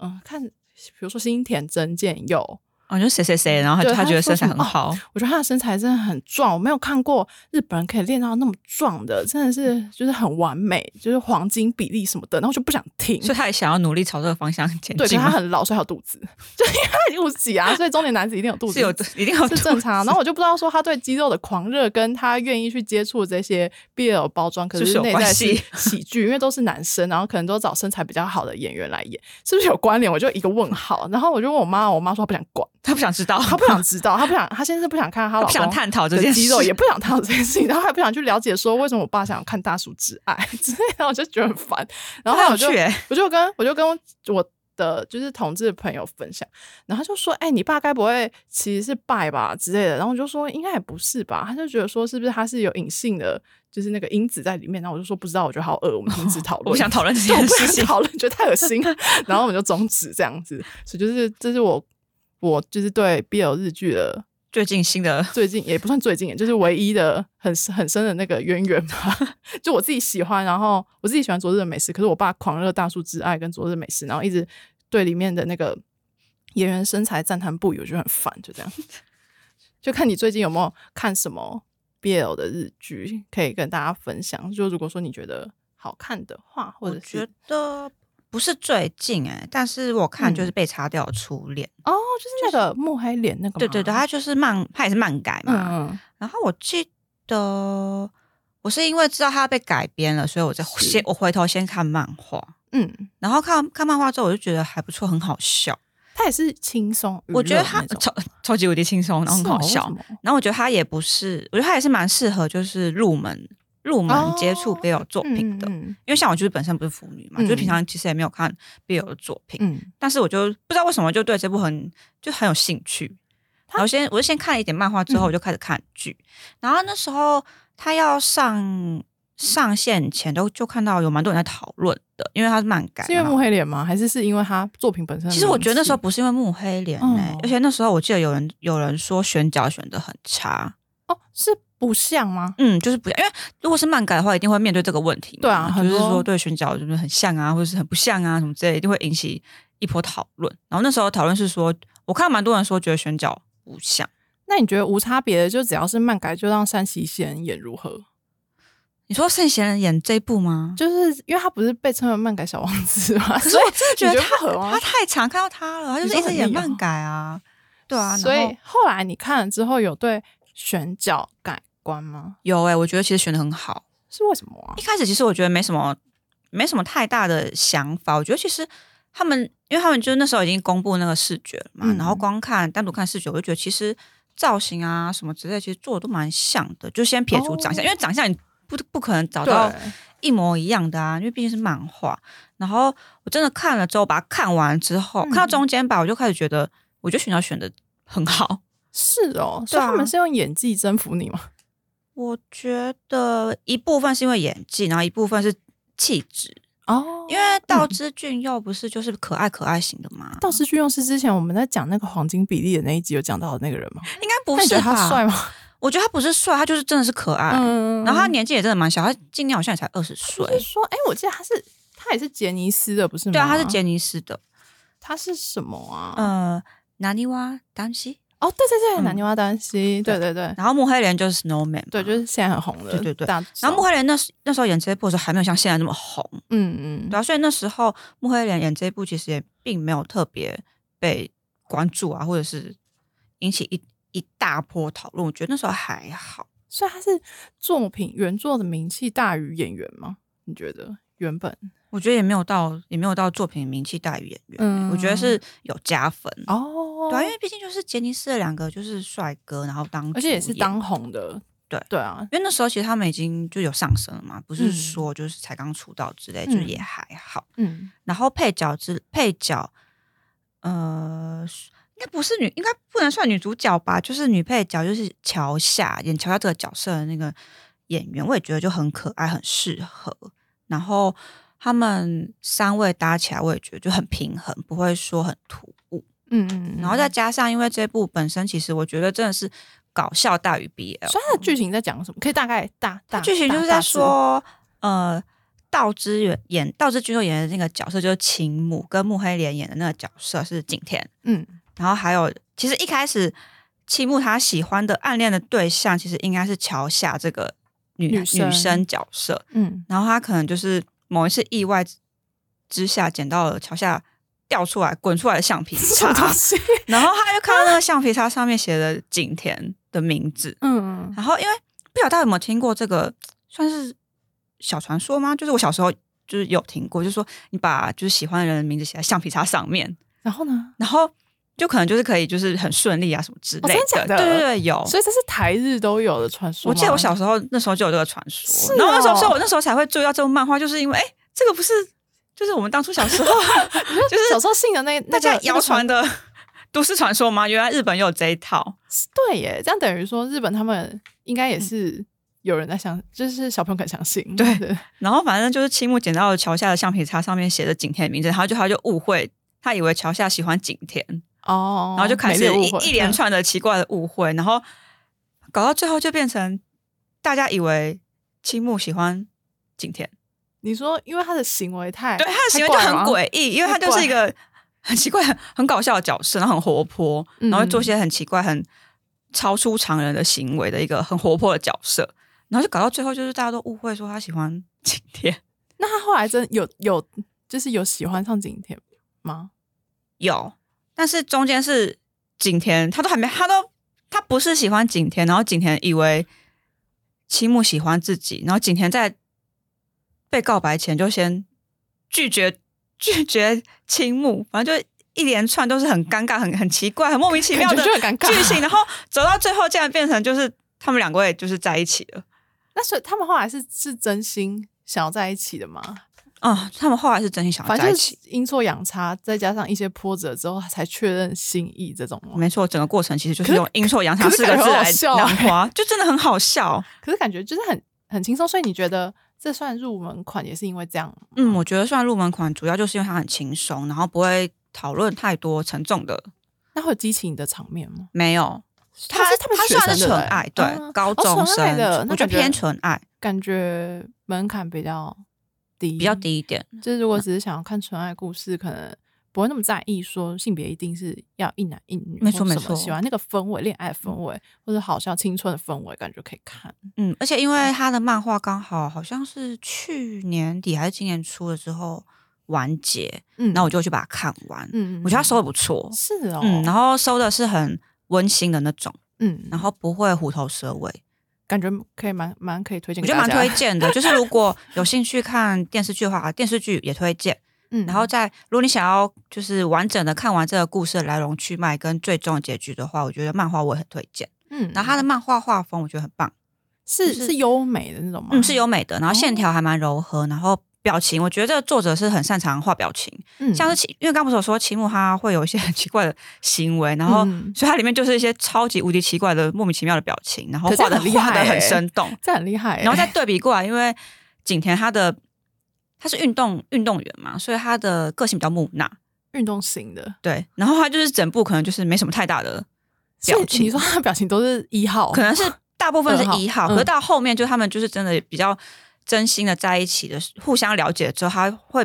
A: 嗯、看，比如说新田真剑佑，
B: *laughs* 哦，就谁谁谁，然后他
A: 对
B: 他
A: 他
B: 觉得
A: 说
B: 身材
A: 什
B: 很
A: 么哦
B: 好，
A: 我觉得他的身材真的很壮，我没有看过日本人可以练到那么壮的，
B: 嗯
A: 真的是就是很完美，就是黄金比例什么的。然后我就不想听，
B: 所以他也想要努力朝这个方向前
A: 对，可
B: 进
A: 是
B: 嘛。
A: 他很老，所以他有肚子， *laughs* 就因为他已经五十几啊，所以中年男子一定有肚子，
B: *laughs* 是有一定有
A: 是正常啊。然后我就不知道说他对肌肉的狂热，跟他愿意去接触这些 BL 包装，可
B: 是不是
A: 是
B: 有
A: 内在
B: 关
A: 是
B: 系
A: 喜剧，因为都是男生，然后可能都找身材比较好的演员来演，是不是有关联？我就一个问号。然后我就问我妈，我妈说她不想管，
B: *laughs* 他不想知道，
A: 他不想知道，他不想，他先是不想看他
B: *laughs* 他
A: 老
B: 不想
A: 公
B: 探讨这
A: 的
B: 件事，
A: 肌肉，也不想探讨这件事情，然后还不想去了解说为什么我爸想要看《大叔之爱》之类的，我就觉得很烦。然后后来我
B: 很有
A: 就
B: 趣欸。
A: 我就跟我就跟我的就是同志朋友分享，然后他就说：“哎、你爸该不会其实是拜吧之类的？”然后我就说：“应该也不是吧。”他就觉得说：“是不是他是有隐性的，就是那个因子在里面？”然后我就说：“不知道，我觉得好恶，我们停止讨论。
B: 我想讨论这
A: 对我
B: 件
A: 不
B: 事
A: 想
B: 情，
A: 讨论，觉得太恶心了，然后我们就终止这样子。所以就是这是我我就是对 BL 日剧的
B: 最近新的
A: 最近也不算最近，就是唯一的很很深的那个渊源吧。 *laughs* 就我自己喜欢，然后我自己喜欢昨日的美食，可是我爸狂热大叔之爱跟昨日美食，然后一直对里面的那个演员身材赞叹不已，我就很烦，就这样。 *laughs* 就看你最近有没有看什么 BL 的日剧可以跟大家分享。就如果说你觉得好看的话，或者
B: 我觉
A: 是哦
B: 得不是最近哎、但是我看就是
A: 嗯
B: 被擦掉的初恋，
A: 哦，就是那个慕黑脸那个吗，
B: 对对对，他就是漫，他也是漫改嘛。
A: 嗯，嗯，
B: 然后我记得我是因为知道他被改编了，所以我在
A: 是
B: 先我回头先看漫画，
A: 嗯，
B: 然后看看漫画之后我就觉得还不错，很好笑。
A: 他也是轻松娱乐那种，
B: 我觉得他超超级无敌轻松，然后很
A: 是哦
B: 好
A: 为
B: 笑
A: 什。么
B: 然后我觉得他也不是，我觉得他也是蛮适合就是入门入门接触
A: 哦
B: BL 作品的，
A: 嗯嗯
B: 因为像我就是本身不是腐女嘛，
A: 嗯
B: 就平常其实也没有看 BL 的作品，
A: 嗯嗯
B: 但是我就不知道为什么就对这部很就很有兴趣。然后先我就先看了一点漫画，之后
A: 嗯
B: 我就开始看剧。然后那时候他要上上线前都就看到有蛮多人在讨论的，因为他是漫改嘛。
A: 是因为慕黑脸吗？还是是因为他作品本身的名
B: 其
A: 气？
B: 实我觉得那时候不是因为幕黑脸、欸，
A: 嗯
B: 而且那时候我记得有人有人说选角选的很差，
A: 哦，是不像吗？
B: 嗯，就是不像，因为如果是漫改的话，一定会面对这个问题嘛。
A: 对啊很
B: 就是
A: 多
B: 说对选角就是很像啊，或者是很不像啊什么之类的，一定会引起一波讨论。然后那时候讨论是说，我看到蛮多人说觉得选角不像。
A: 那你觉得无差别的，就只要是漫改，就让山崎贤演如何？
B: 你说圣贤人演这一部吗？
A: 就是因为他不是被称为漫改小王子吗？所以
B: 我真的觉
A: 你
B: 得
A: 觉得
B: 他
A: 不合吗
B: 他太常看到他了，他就是一直演漫改啊，对啊，
A: 哦所
B: 然
A: 以
B: 后
A: 后来你看了之后，有对选角改观吗？
B: 有哎、我觉得其实选的很好。
A: 是为什么啊
B: 一？开始其实我觉得没什么，没什么太大的想法。我觉得其实他们，因为他们就是那时候已经公布那个视觉了嘛，
A: 嗯
B: 然后光看单独看视觉，我就觉得其实造型啊什么之类，其实做的都蛮像的。就先撇除长相，
A: 哦
B: 因为长相你不不可能找
A: 对，
B: 到一模一样的啊，因为毕竟是漫画。然后我真的看了之后，把它看完之后，
A: 嗯
B: 看到中间吧，我就开始觉得，我觉得选角选的很好。
A: 是哦，所
B: 对
A: 以
B: 啊
A: 他们是用演技征服你吗？
B: 我觉得一部分是因为演技，然后一部分是气质。
A: 哦
B: 因为道之俊佑不是就是可爱可爱型的吗？
A: 道士俊用是之前我们在讲那个黄金比例的那一集有讲到的那个人吗？
B: 应该不
A: 那你觉得
B: 是
A: 他帅
B: 吧？
A: 吗？
B: 我觉得他不是帅，他就是真的是可爱。
A: 嗯
B: *laughs* 然后他年纪也真的蛮小，他今年好像也才二十岁
A: 就。是说，哎、我记得他是他也是杰尼斯的，不是吗？
B: 对啊，他是，杰尼斯的。
A: 他是什么啊？
B: 呃，南泥洼丹西，
A: 哦，对对对，
B: 嗯
A: 南泥洼丹西，对对对
B: 然后幕黑莲就是 Snowman，嘛
A: 嗯对，就是现在很红的，
B: 对对对
A: 大众
B: 然后幕黑莲那时那时候演这一部的时候还没有像现在那么红，
A: 嗯
B: 对
A: 嗯，
B: 啊，所以那时候幕黑莲演这一部其实也并没有特别被关注啊，或者是引起一一大波讨论。我觉得那时候还好。
A: 所以他是作品原作的名气大于演员吗？你觉得原本
B: 我觉得也没有到，也没有到作品名气大于演员、欸
A: 嗯
B: 我觉得是有加分。
A: 哦
B: 对啊，因为毕竟就是杰尼斯的两个就是帅哥，然后当
A: 而且也是
B: 主演，
A: 当红的，
B: 对
A: 对啊，
B: 因为那时候其实他们已经就有上升了嘛，不
A: 嗯
B: 是说就是才刚出道之类，就是
A: 嗯
B: 也还好。
A: 嗯，
B: 然后配角之配角，呃，应该不是女，应该不能算女主角吧，就是女配角，就是乔夏演乔夏这个角色的那个演员，我也觉得就很可爱，很适合。然后他们三位搭起来，我也觉得就很平衡，不会说很突兀。
A: 嗯嗯，
B: 然后再加上，因为这部本身其实我觉得真的是搞笑大于 BL，
A: 所以他的剧情在讲什么？可以大概大大
B: 剧情就是
A: 大
B: 在
A: 大致
B: 说，呃，道之演演道之君佑演的那个角色就是青木，跟木黑莲演的那个角色是景天。
A: 嗯
B: 然后还有，其实一开始青木他喜欢的暗恋的对象，其实应该是桥下这个女
A: 女
B: 女
A: 生
B: 生角色。 *laughs*
A: 嗯
B: 然后他可能就是某一次意外之下捡到了桥下掉出来、滚出来的橡皮
A: 什么东
B: 擦，
A: 西？
B: 然后他就看到那个橡皮擦上面写的景田的名字，
A: *laughs* 嗯
B: 然后因为不晓得大家有没有听过这个，算是小传说吗？就是我小时候就是有听过，就是说你把就是喜欢的人的名字写在橡皮擦上面，
A: 然后呢？
B: 然后就可能就是可以就是很顺利啊什么之类
A: 哦真的假的
B: 对对对，有。
A: 所以这是台日都有的传说吗。
B: 我记得我小时候那时候就有这个传说，
A: 是
B: 然后那时候
A: 哦
B: 所以我那时候才会注意到这部漫画，就是因为哎、这个不是就是我们当初小
A: *laughs*
B: 时候就是
A: 小时候信的那
B: 大
A: 那
B: 家
A: 个
B: 谣传
A: 的，
B: 的 *laughs* 都市传说吗？原来日本也有这一套，
A: 对耶，这样等于说日本他们应该也是有人在相，就是小朋友肯相信。
B: 对
A: 对，
B: 然后反正就是青木捡到了桥下的橡皮擦，上面写着景天的名字，然后就他就误会，他以为桥下喜欢景天，
A: 哦，
B: 然后就开始
A: 美丽
B: 一
A: 的误会
B: 一连串的奇怪的误会，然后搞到最后就变成大家以为青木喜欢景天，
A: 你说，因为他的行为太
B: 对他的行为就很，
A: 哎太怪吗
B: 诡异，因为他就是一个很奇怪、很搞笑的角色，然后很活泼，
A: 嗯
B: 然后做一些很奇怪、很超出常人的行为的一个很活泼的角色，然后就搞到最后就是大家都误会说他喜欢景天。
A: 那他后来真有有就是有喜欢上景甜吗？
B: 有，但是中间是景甜，他都还没，他都他不是喜欢景甜，然后景甜以为青木喜欢自己，然后景甜在被告白前就先拒绝拒绝青木，反正就一连串都是很尴尬、很很奇怪、很莫名其妙
A: 感
B: 的
A: 觉就很尴尬
B: 剧情，然后走到最后竟然变成就是他们两位就是在一起了。
A: 那所以他们后来是是真心想要在一起的吗？
B: 嗯，他们后来是真心想要
A: 反
B: 在
A: 正
B: 一
A: 就是
B: 起，
A: 阴错阳差，再加上一些波折之后，才确认心意这种吗。
B: 没错，整个过程其实就
A: 可
B: 是
A: 是
B: 用“阴错阳差”
A: 可是
B: 四个
A: 感觉
B: 字
A: 很好
B: 来
A: 笑
B: 囊
A: 欸
B: 括，啊就真的很好笑。
A: 可是感觉就是很很轻松，所以你觉得这算入门款，也是因为这样？
B: 嗯，我觉得算入门款，主要就是因为它很轻松，然后不会讨论太多沉重的。
A: 那会有激情的场面吗？
B: 没有，它
A: 是他们
B: 它
A: 学生
B: 算是纯爱，对，
A: 啊
B: 高
A: 哦
B: 中
A: 纯
B: 生，
A: 爱的，那
B: 我觉得
A: 感
B: 偏纯爱
A: 感觉门槛比较低，
B: 比较。嗯低一点。
A: 就是如果只是想要看纯爱故事，可能不会那么在意说性别一定是要一男一女，
B: 没错
A: 或
B: 没
A: 什么
B: 错
A: 喜欢那个氛围、恋爱氛围，或者好笑青春的氛围，感觉可以看。
B: 嗯，而且因为他的漫画刚好好像是去年底还是今年初的时候完结，
A: 嗯
B: 那我就去把它看完。
A: 嗯
B: 我觉得他收
A: 收
B: 的不错，
A: 是哦，
B: 嗯，然后收的是很温馨的那种，
A: 嗯，
B: 然后不会虎头蛇尾。
A: 感觉可以蛮蛮可以推荐
B: 我
A: 给
B: 觉
A: 大
B: 得
A: 家，
B: 蛮推荐的，就是如果有兴趣看电视剧的话，电视剧也推荐。
A: 嗯，
B: 然后再，如果你想要就是完整的看完这个故事的来龙去脉跟最终的结局的话，我觉得漫画我也很推荐。
A: 嗯，
B: 然后它的漫画画风我觉得很棒，
A: 是
B: 就是
A: 是优美的那种吗？
B: 嗯，是优美的，然后线
A: 哦
B: 条还蛮柔和，然后表情，我觉得这个作者是很擅长画表情，
A: 嗯，
B: 像是秦，因为刚不是有说秦木他会有一些很奇怪的行为，然后
A: 嗯
B: 所以它里面就是一些超级无敌奇怪的莫名其妙的表情，然后
A: 可这
B: 画
A: 样很
B: 的
A: 厉
B: 画的
A: 害欸
B: 很生
A: *laughs*
B: 动，
A: 这很厉害欸、
B: 然后再对比过来，因为景甜她的她是运动运动员嘛，所以她的个性比较木讷，
A: 运动型的
B: 对。然后她就是整部可能就是没什么太大的，表
A: 所以
B: 情
A: 你说他的表情都是一号，
B: 可能是大部分是
A: 二号
B: 一
A: 嗯
B: 号，可是到后面就他们就是真的比较真心的在一起的，互相了解之后，她会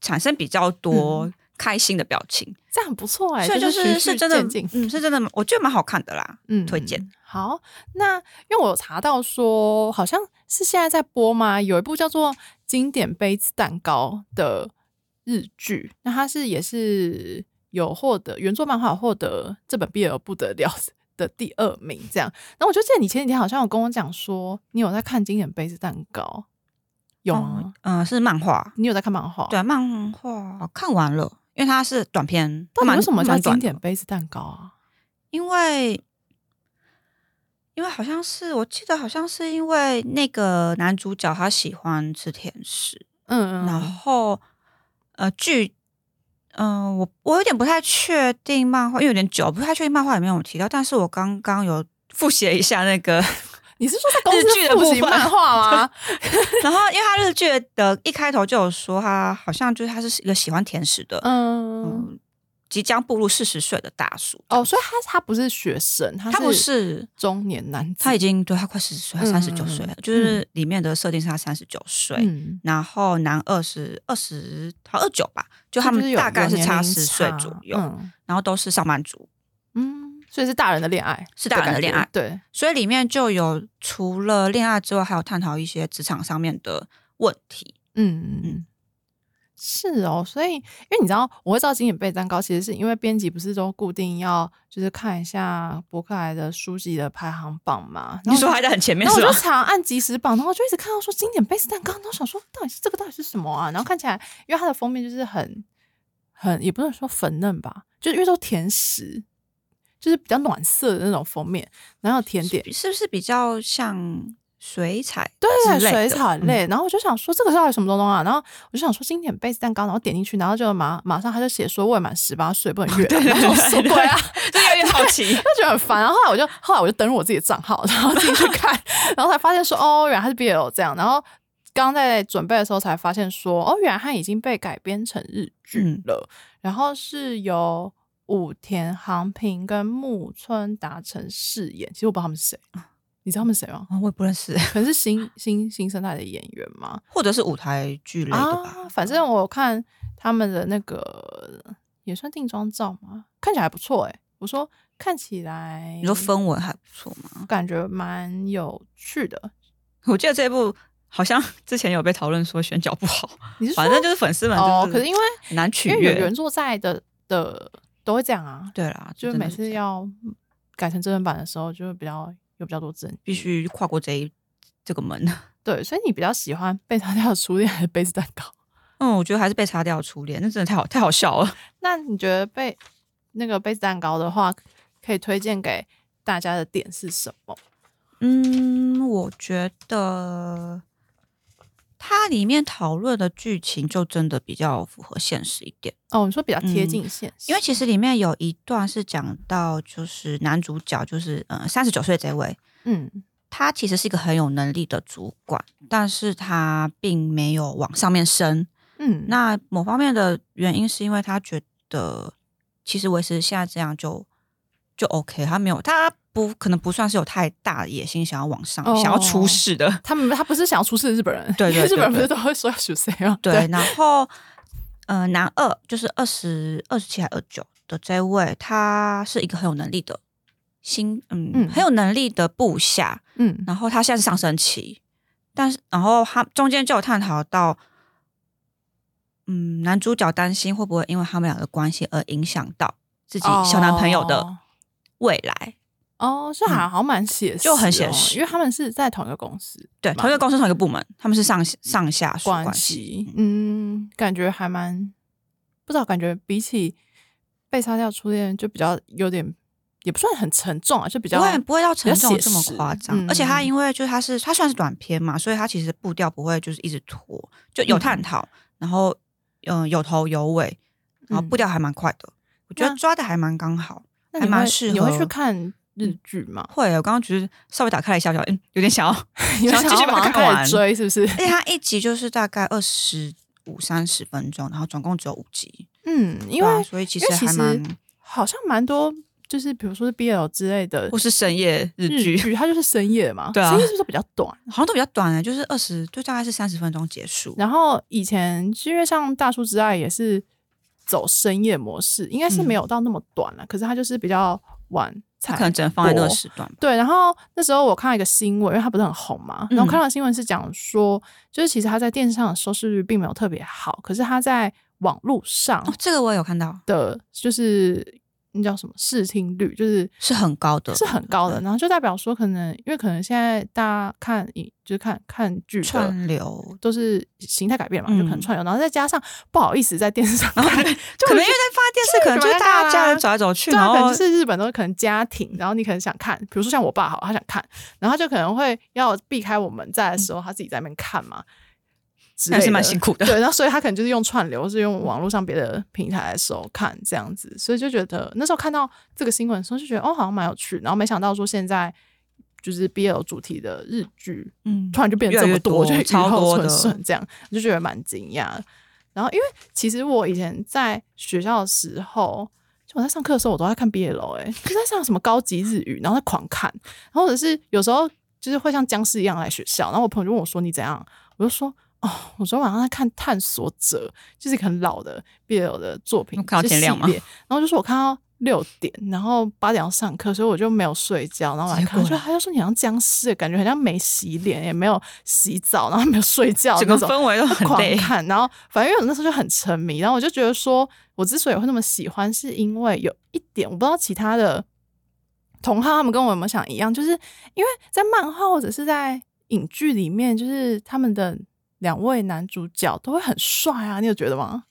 B: 产生比较多开心的表情，
A: 这样很不错哎、
B: 所以就是
A: 嗯
B: 是
A: 循
B: 是
A: 序
B: 真的
A: 渐进，
B: 嗯，是真的，我觉得蛮好看的啦。
A: 嗯
B: 推荐。
A: 好，那因为我有查到说，好像是现在在播嘛，有一部叫做《经典杯子蛋糕》的日剧，那它是也是有获得原作漫画有获得这本 BL 部的了的第二名，这样。那我就记得你前几天好像有跟我讲说，你有在看《经典杯子蛋糕》，有吗？
B: 嗯、呃是漫画，
A: 你有在看漫画？
B: 对，啊漫画看完了，因为它是短片，
A: 到底
B: 蛮
A: 为什么叫
B: 蛮短
A: 经
B: 的
A: 典杯子蛋糕啊？
B: 因为因为好像是我记得好像是因为那个男主角他喜欢吃甜食，
A: 嗯
B: 然后呃剧嗯、我我有点不太确定漫画，因为有点久，不太确定漫画里面有提到，但是我刚刚有复习了一下那个， *laughs*
A: 你是说在公司
B: 日剧的
A: 复习
B: 部分
A: 漫画吗？
B: 然后因为他日剧的一开头就有说他好像就是他是一个喜欢甜食的，
A: 嗯，
B: 嗯，即将步入四十岁的大叔，
A: 哦，所以他他不是学生，他
B: 嗯他不是
A: 中年男子，
B: 他已经对他快四十岁，
A: 嗯
B: 三十九岁了，就是里面的设定是他三十九岁，
A: 嗯，
B: 然后男二是二十，好二九吧，就他
A: 就
B: 们
A: 有
B: 大概是
A: 有
B: 差
A: 年龄
B: 十岁左右，
A: 嗯
B: 然后都是上班族，
A: 嗯，所以是大人的恋爱，
B: 是大人的恋爱
A: 感觉对，
B: 所以里面就有除了恋爱之外，还有探讨一些职场上面的问题。
A: 嗯嗯。是哦，所以因为你知道，我会知道经典被蛋糕，其实是因为编辑不是都固定要就是看一下博客来的书籍的排行榜嘛？然后
B: 你说还在很前面
A: 然后
B: 是
A: 我
B: 吗
A: 就？常按即时榜，然后就一直看到说经典杯子蛋糕，然后想说到底是这个到底是什么啊？然后看起来，因为它的封面就是很很也不能说粉嫩吧，就因为都甜食，就是比较暖色的那种封面，然后有甜点，
B: 是不是比较像水彩
A: 对对
B: 之
A: 对，
B: 类的嗯
A: 水草类。然后我就想说这个到底什么东东啊？然后我就想说经典杯子蛋糕，然后点进去，然后就马马上他就写说未满十八岁不能
B: *laughs*
A: 阅
B: 对
A: 览，
B: 对
A: 然后我说什么鬼啊？
B: 就有点好 *laughs* 奇
A: 就觉得很烦。然后后来我就后来我就登录我自己的账号，然后自己去看， *laughs* 然后才发现说哦，原来他是 BL 这样。然后刚在准备的时候才发现说哦，原来他已经被改编成日
B: 嗯
A: 剧了，然后是由。武田航平跟木村达成饰演，其实我不知道他们是谁，你知道他们是谁吗？
B: 啊，我也不认识，
A: 可能是新 *laughs* 新新生代的演员吗？
B: 或者是舞台剧类的吧。
A: 啊，反正我有看他们的那个也算定妆照嘛，看起来还不错哎、我说看起来，
B: 你说氛围还不错吗？ *laughs*
A: 感觉蛮有趣的。
B: 我记得这部好像 *laughs* 之前有被讨论说选角不好，
A: 你是说
B: 反正就是粉丝们
A: 哦
B: 就，
A: 可是因为
B: 很难取
A: 因为有
B: 悦
A: 原。作在的的都会这样啊，
B: 对啦，
A: 就是
B: 真的
A: 每
B: 是这
A: 次
B: 样
A: 要改成真人版的时候，就会比较有比较多争
B: 必
A: 议。
B: 须跨过这一这个门。
A: 对，所以你比较喜欢被他掉的 *laughs* 初恋还是杯子蛋糕？
B: 嗯，我觉得还是被擦掉初恋，那真的太好太好笑了。
A: 那你觉得被那个杯子蛋糕的话，可以推荐给大家的点是什么？
B: 嗯，我觉得它里面讨论的剧情就真的比较符合现实一点，
A: 哦，你说比较贴近现实，
B: 嗯因为其实里面有一段是讲到，就是男主角就是呃三十九岁这位，
A: 嗯
B: 他其实是一个很有能力的主管，但是他并没有往上面升。
A: 嗯，
B: 那某方面的原因是因为他觉得，其实维持现在这样就就 OK，他没有他不可能不算是有太大的野心，想要往上、
A: 哦
B: 想要出世的。
A: 他们他不是想要出事的日本人，
B: 对对
A: 因为日本人不是
B: 对对
A: 都会说要娶谁吗？
B: 对，然后呃，男二就是二十二十七还二九的这位，他是一个很有能力的新嗯
A: 嗯
B: 很有能力的部下，
A: 嗯
B: 然后他现在是上升期，但是然后他中间就有探讨到，嗯，男主角担心会不会因为他们俩的关系而影响到自己小男朋友
A: 哦
B: 的未来？
A: 哦，是还好像蛮写实哦，
B: 嗯就很写实
A: 因为他们是在同一个公司，
B: 对，
A: 嘛
B: 同一个公司同一个部门，他们是上上下属
A: 关
B: 关
A: 系，嗯，感觉还蛮不知道，感觉比起被杀掉初恋就比较有点，也不算很沉重啊，就比较
B: 不会不会到沉重
A: 比较
B: 这
A: 写
B: 么
A: 实
B: 夸张，
A: 嗯
B: 而且他因为就是他是他算是短片嘛，所以他其实步调不会就是一直拖，就
A: 嗯
B: 有探讨，然后嗯、呃有头有尾，然后
A: 嗯
B: 步调还蛮快的，我觉得
A: 那
B: 抓的还蛮刚好，
A: 那
B: 还
A: 你
B: 蛮
A: 会
B: 适
A: 你会
B: 合嗯
A: 去看日剧吗？ *laughs*
B: 会，我刚刚只是稍微打开了一下，我想嗯，有点想要，
A: 你会
B: 想要继续把
A: 马
B: 它
A: 上
B: 看
A: 开
B: 完
A: 始。追，是不
B: *laughs*
A: 是？
B: 而且它一集就是大概二十五三十分钟，然后总共只有五集，
A: 嗯，因
B: 对啊
A: 为
B: 所以其
A: 因为其
B: 还
A: 实
B: 蛮
A: 好像蛮多，就是比如说是 BL 之类的
B: 或是深夜日
A: 日
B: 剧，
A: 剧，它就是深夜嘛，
B: 对啊
A: 深夜是不是比较短？
B: 嗯好像都比较短的，欸就是二十，就大概是三十分钟结束。
A: 然后以前是因为像《大叔之爱》也是走深夜模式，应该是没有到那么短了，可是它就是比较晚
B: 嗯它
A: 才
B: 可能只能放在那个
A: 播
B: 时段吧。
A: 对，然后那时候我看到一个新闻，因为它不是很红嘛，然后
B: 嗯
A: 看到新闻是讲说，就是其实它在电视上的收视率并没有特别好，可是它在网络上
B: 哦，这个我也有看到，
A: 的，就是那叫什么视听率，就是
B: 是很高的，
A: 是很
B: 嗯
A: 高的，然后就代表说，可能因为可能现在大家看影就是看看剧的
B: 串流。
A: 都是形态改变嘛，就可能
B: 嗯哦
A: 串流，然后再加上不好意思在电视上看，
B: *laughs*
A: 就
B: 可能因为
A: 会
B: 在发电视，可能就是大家家人走来走去，
A: 对
B: 然
A: 啊，可能
B: 后
A: 就是日本都是可能家庭，然后你可能想看，比如说像我爸好，他想看，然后他就可能会要避开我们在的时候，他自己在那边看嘛，之
B: 还
A: 类
B: 是
A: 的
B: 蛮辛苦的。 *laughs*
A: 对，然后所以他可能就是用串流，是用网络上别的平台来收看这样子，所以就觉得那时候看到这个新闻的时候就觉得哦，好像蛮有趣，然后没想到说现在就是 BL 主题的日剧
B: 嗯
A: 突然就变得
B: 越
A: 这
B: 来
A: 么
B: 越
A: 多，
B: 多
A: 就雨
B: 超
A: 后
B: 多
A: 春
B: 的
A: 笋这样，我就觉得蛮惊讶的。然后因为其实我以前在学校的时候，就我在上课的时候，我都在看 BL 哎、就在上什么高级日语，然后在狂看，然后或者是有时候就是会像僵尸一样来学校，然后我朋友就问我说你怎样，我就说。哦，我昨天晚上在看《探索者》，就是一个很老的 BL 的作品，
B: 我看到
A: 就
B: 天亮
A: 系
B: 吗
A: 列然后就说我看到六点，然后八点要上课，所以我就没有睡觉，然后我来
B: 结
A: 看，
B: 果
A: 就
B: 呢
A: 他就说你好像僵尸，感觉很像没洗脸，也没有洗澡，然后没有睡觉，
B: 整个
A: 那种
B: 氛围都很
A: 狂
B: 累。
A: 看，然后反正因为我那时候就很沉迷，然后我就觉得说，我之所以会那么喜欢，是因为有一点我不知道其他的同行他们跟我有没有想一样，就是因为在漫画或者是在影剧里面，就是他们的两位男主角都会很帅啊，你有觉得吗？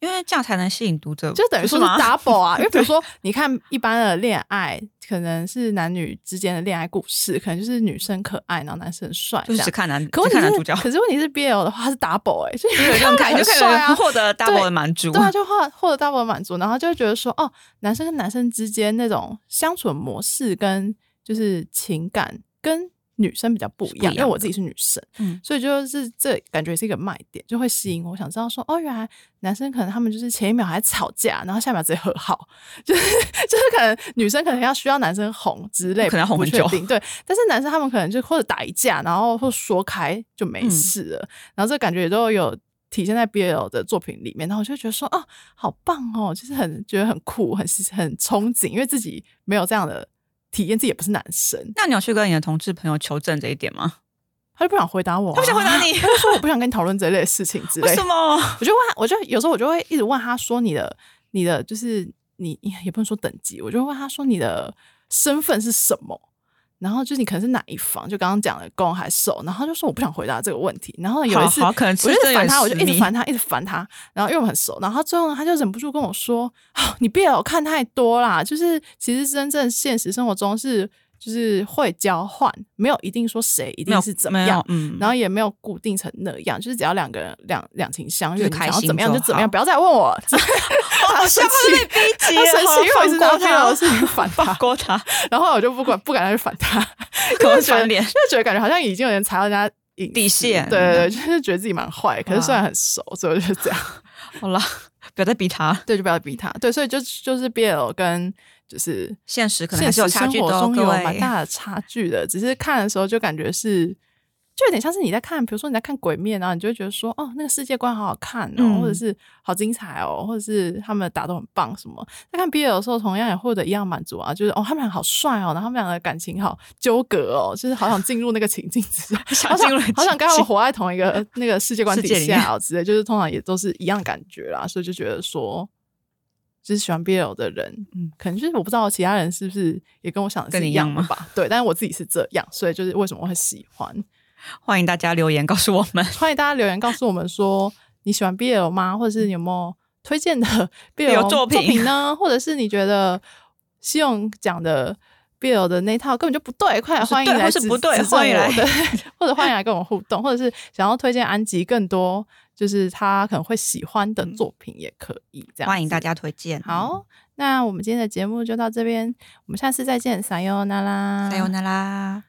B: 因为这样才能吸引读者，
A: 就等于说
B: 不
A: 是
B: 是吗
A: double 啊，因为比如说，你看一般的恋爱，可能是男女之间的恋爱故事，可能就是女生可爱，然后男生很帅
B: 就
A: 这
B: 是
A: 样
B: 只。看男，
A: 可
B: 只
A: 问题
B: 看男
A: 是
B: 主角，
A: 可是问题是 BL 的话它是 double 哎、所以 *laughs*
B: 就是有这种感觉，
A: 很
B: 就可
A: 帅
B: 以
A: 啊，
B: 获得 double 的满足。
A: 对啊，就获获得 double 的满足，然后就会觉得说，哦，男生跟男生之间那种相处的模式跟就是情感跟女生比较不一
B: 是不
A: 样，
B: 一样
A: 因为我自己是女生，
B: 嗯
A: 所以就是这感觉是一个卖点，就会吸引我，想知道说，哦，原来男生可能他们就是前一秒还吵架，然后下一秒直接和好， *laughs* 就是就是可能女生可能要需要男生哄之类，
B: 可能要哄
A: 不
B: 很
A: 确
B: 久
A: 定对，但是男生他们可能就或者打一架，然后或说开就没
B: 嗯
A: 事了，然后这感觉也都有体现在 BL 的作品里面，然后我就觉得说，哦，好棒哦，就是很觉得很酷，很很憧憬，因为自己没有这样的体验，自己也不是男生，
B: 那你有去跟你的同志朋友求证这一点吗？
A: 他就不想回答我啊、
B: *laughs* 他不想回答
A: *laughs*
B: 你
A: 他就说我不想跟你讨论这类的事情之类
B: 为
A: 的
B: 什。么？
A: *laughs* 我就问他，我就有时候我就会一直问他说你的你的就是你也不能说等级，我就会问他说你的身份是什么。然后就是你可能是哪一方，就刚刚讲的公还受，然后他就说我不想回答这个问题。然后有一次，
B: 好好可能
A: 我就一直烦他，我
B: 是
A: 就
B: 真的有点
A: 一直
B: 私密
A: 烦他，一直烦他。然后因为我们很熟，然后他最后呢他就忍不住跟我说：“ *sighs* 哦，你别老看太多啦，就是其实真正现实生活中是就是会交换，没有一定说谁一
B: 没有
A: 定是怎么样，
B: 没有嗯，
A: 然后也没有固定成那样，就是只要两个人两两情相悦，
B: 就是
A: 你
B: 开
A: 想要
B: 心
A: 怎么样
B: 就
A: 就怎么样，
B: 好
A: 不要再问我 *laughs* 了。他生气， *laughs*
B: 逼急
A: 他生气，因为我一直在
B: 放过他，
A: 的事情烦
B: 放
A: *laughs* 他，
B: 过 *laughs* 他，
A: 然后我就不管不敢再去烦他，
B: 可能
A: 觉得
B: 翻脸
A: 就。觉得感觉好像已经有人踩到人家隐
B: 底
A: 私
B: 线
A: 对对对，就是觉得自己蛮坏，可是虽
B: 哇
A: 然很熟，所以我就这样，
B: 好了，不要再逼他。
A: 对，就不要逼他，对，所以就就是 BL 跟就是
B: 现实可能还
A: 现
B: 是有
A: 实
B: 差
A: 生
B: 距
A: 活
B: 的哦，
A: 中
B: 各
A: 有
B: 位。
A: 蛮大的差距的，只是看的时候就感觉是，就有点像是你在看，比如说你在看《鬼面》，然后你就会觉得说，哦，那个世界观好好看哦，
B: 嗯
A: 或者是好精彩哦，或者是他们打斗很棒什么。在看 BL 的时候，同样也获得一样满足啊，就是哦，他们俩好帅哦，然后他们俩的感情好纠葛哦，就是好想进入那个情境之中
B: *laughs* 想
A: 好
B: 进入
A: 想好想跟他们活在同一个那个世界观
B: 世界
A: 底
B: 里
A: 下哦之类，就是通常也都是一样感觉啦，所以就觉得说，就是喜欢 BL 的人，嗯
B: 嗯，
A: 可能就是我不知道其他人是不是也跟我想的
B: 跟
A: 是
B: 你
A: 一
B: 一样
A: 样的吧，对，但是我自己是这样，所以就是为什么我会喜欢，
B: 欢迎大家留言告诉我们。
A: 欢迎大家留言告诉我们说你喜欢 BL 吗，或者是你有没有推荐的 *laughs* BL
B: 作品
A: 品呢，或者是你觉得西勇讲的。BL 的那套根本就不对，快来
B: 或是
A: 欢迎
B: 对
A: 来
B: 或是
A: 指
B: 不对
A: 指正
B: 欢迎
A: 我
B: 来
A: 对，或者欢迎来跟我互动，或者是想要推荐安吉更多，就是他可能会喜欢的作品也可以。这样
B: 欢迎
A: 子
B: 大家嗯推荐。，
A: 好，那我们今天的节目就到这边，我们下次再见，撒由那拉，
B: 嗯再有那啦。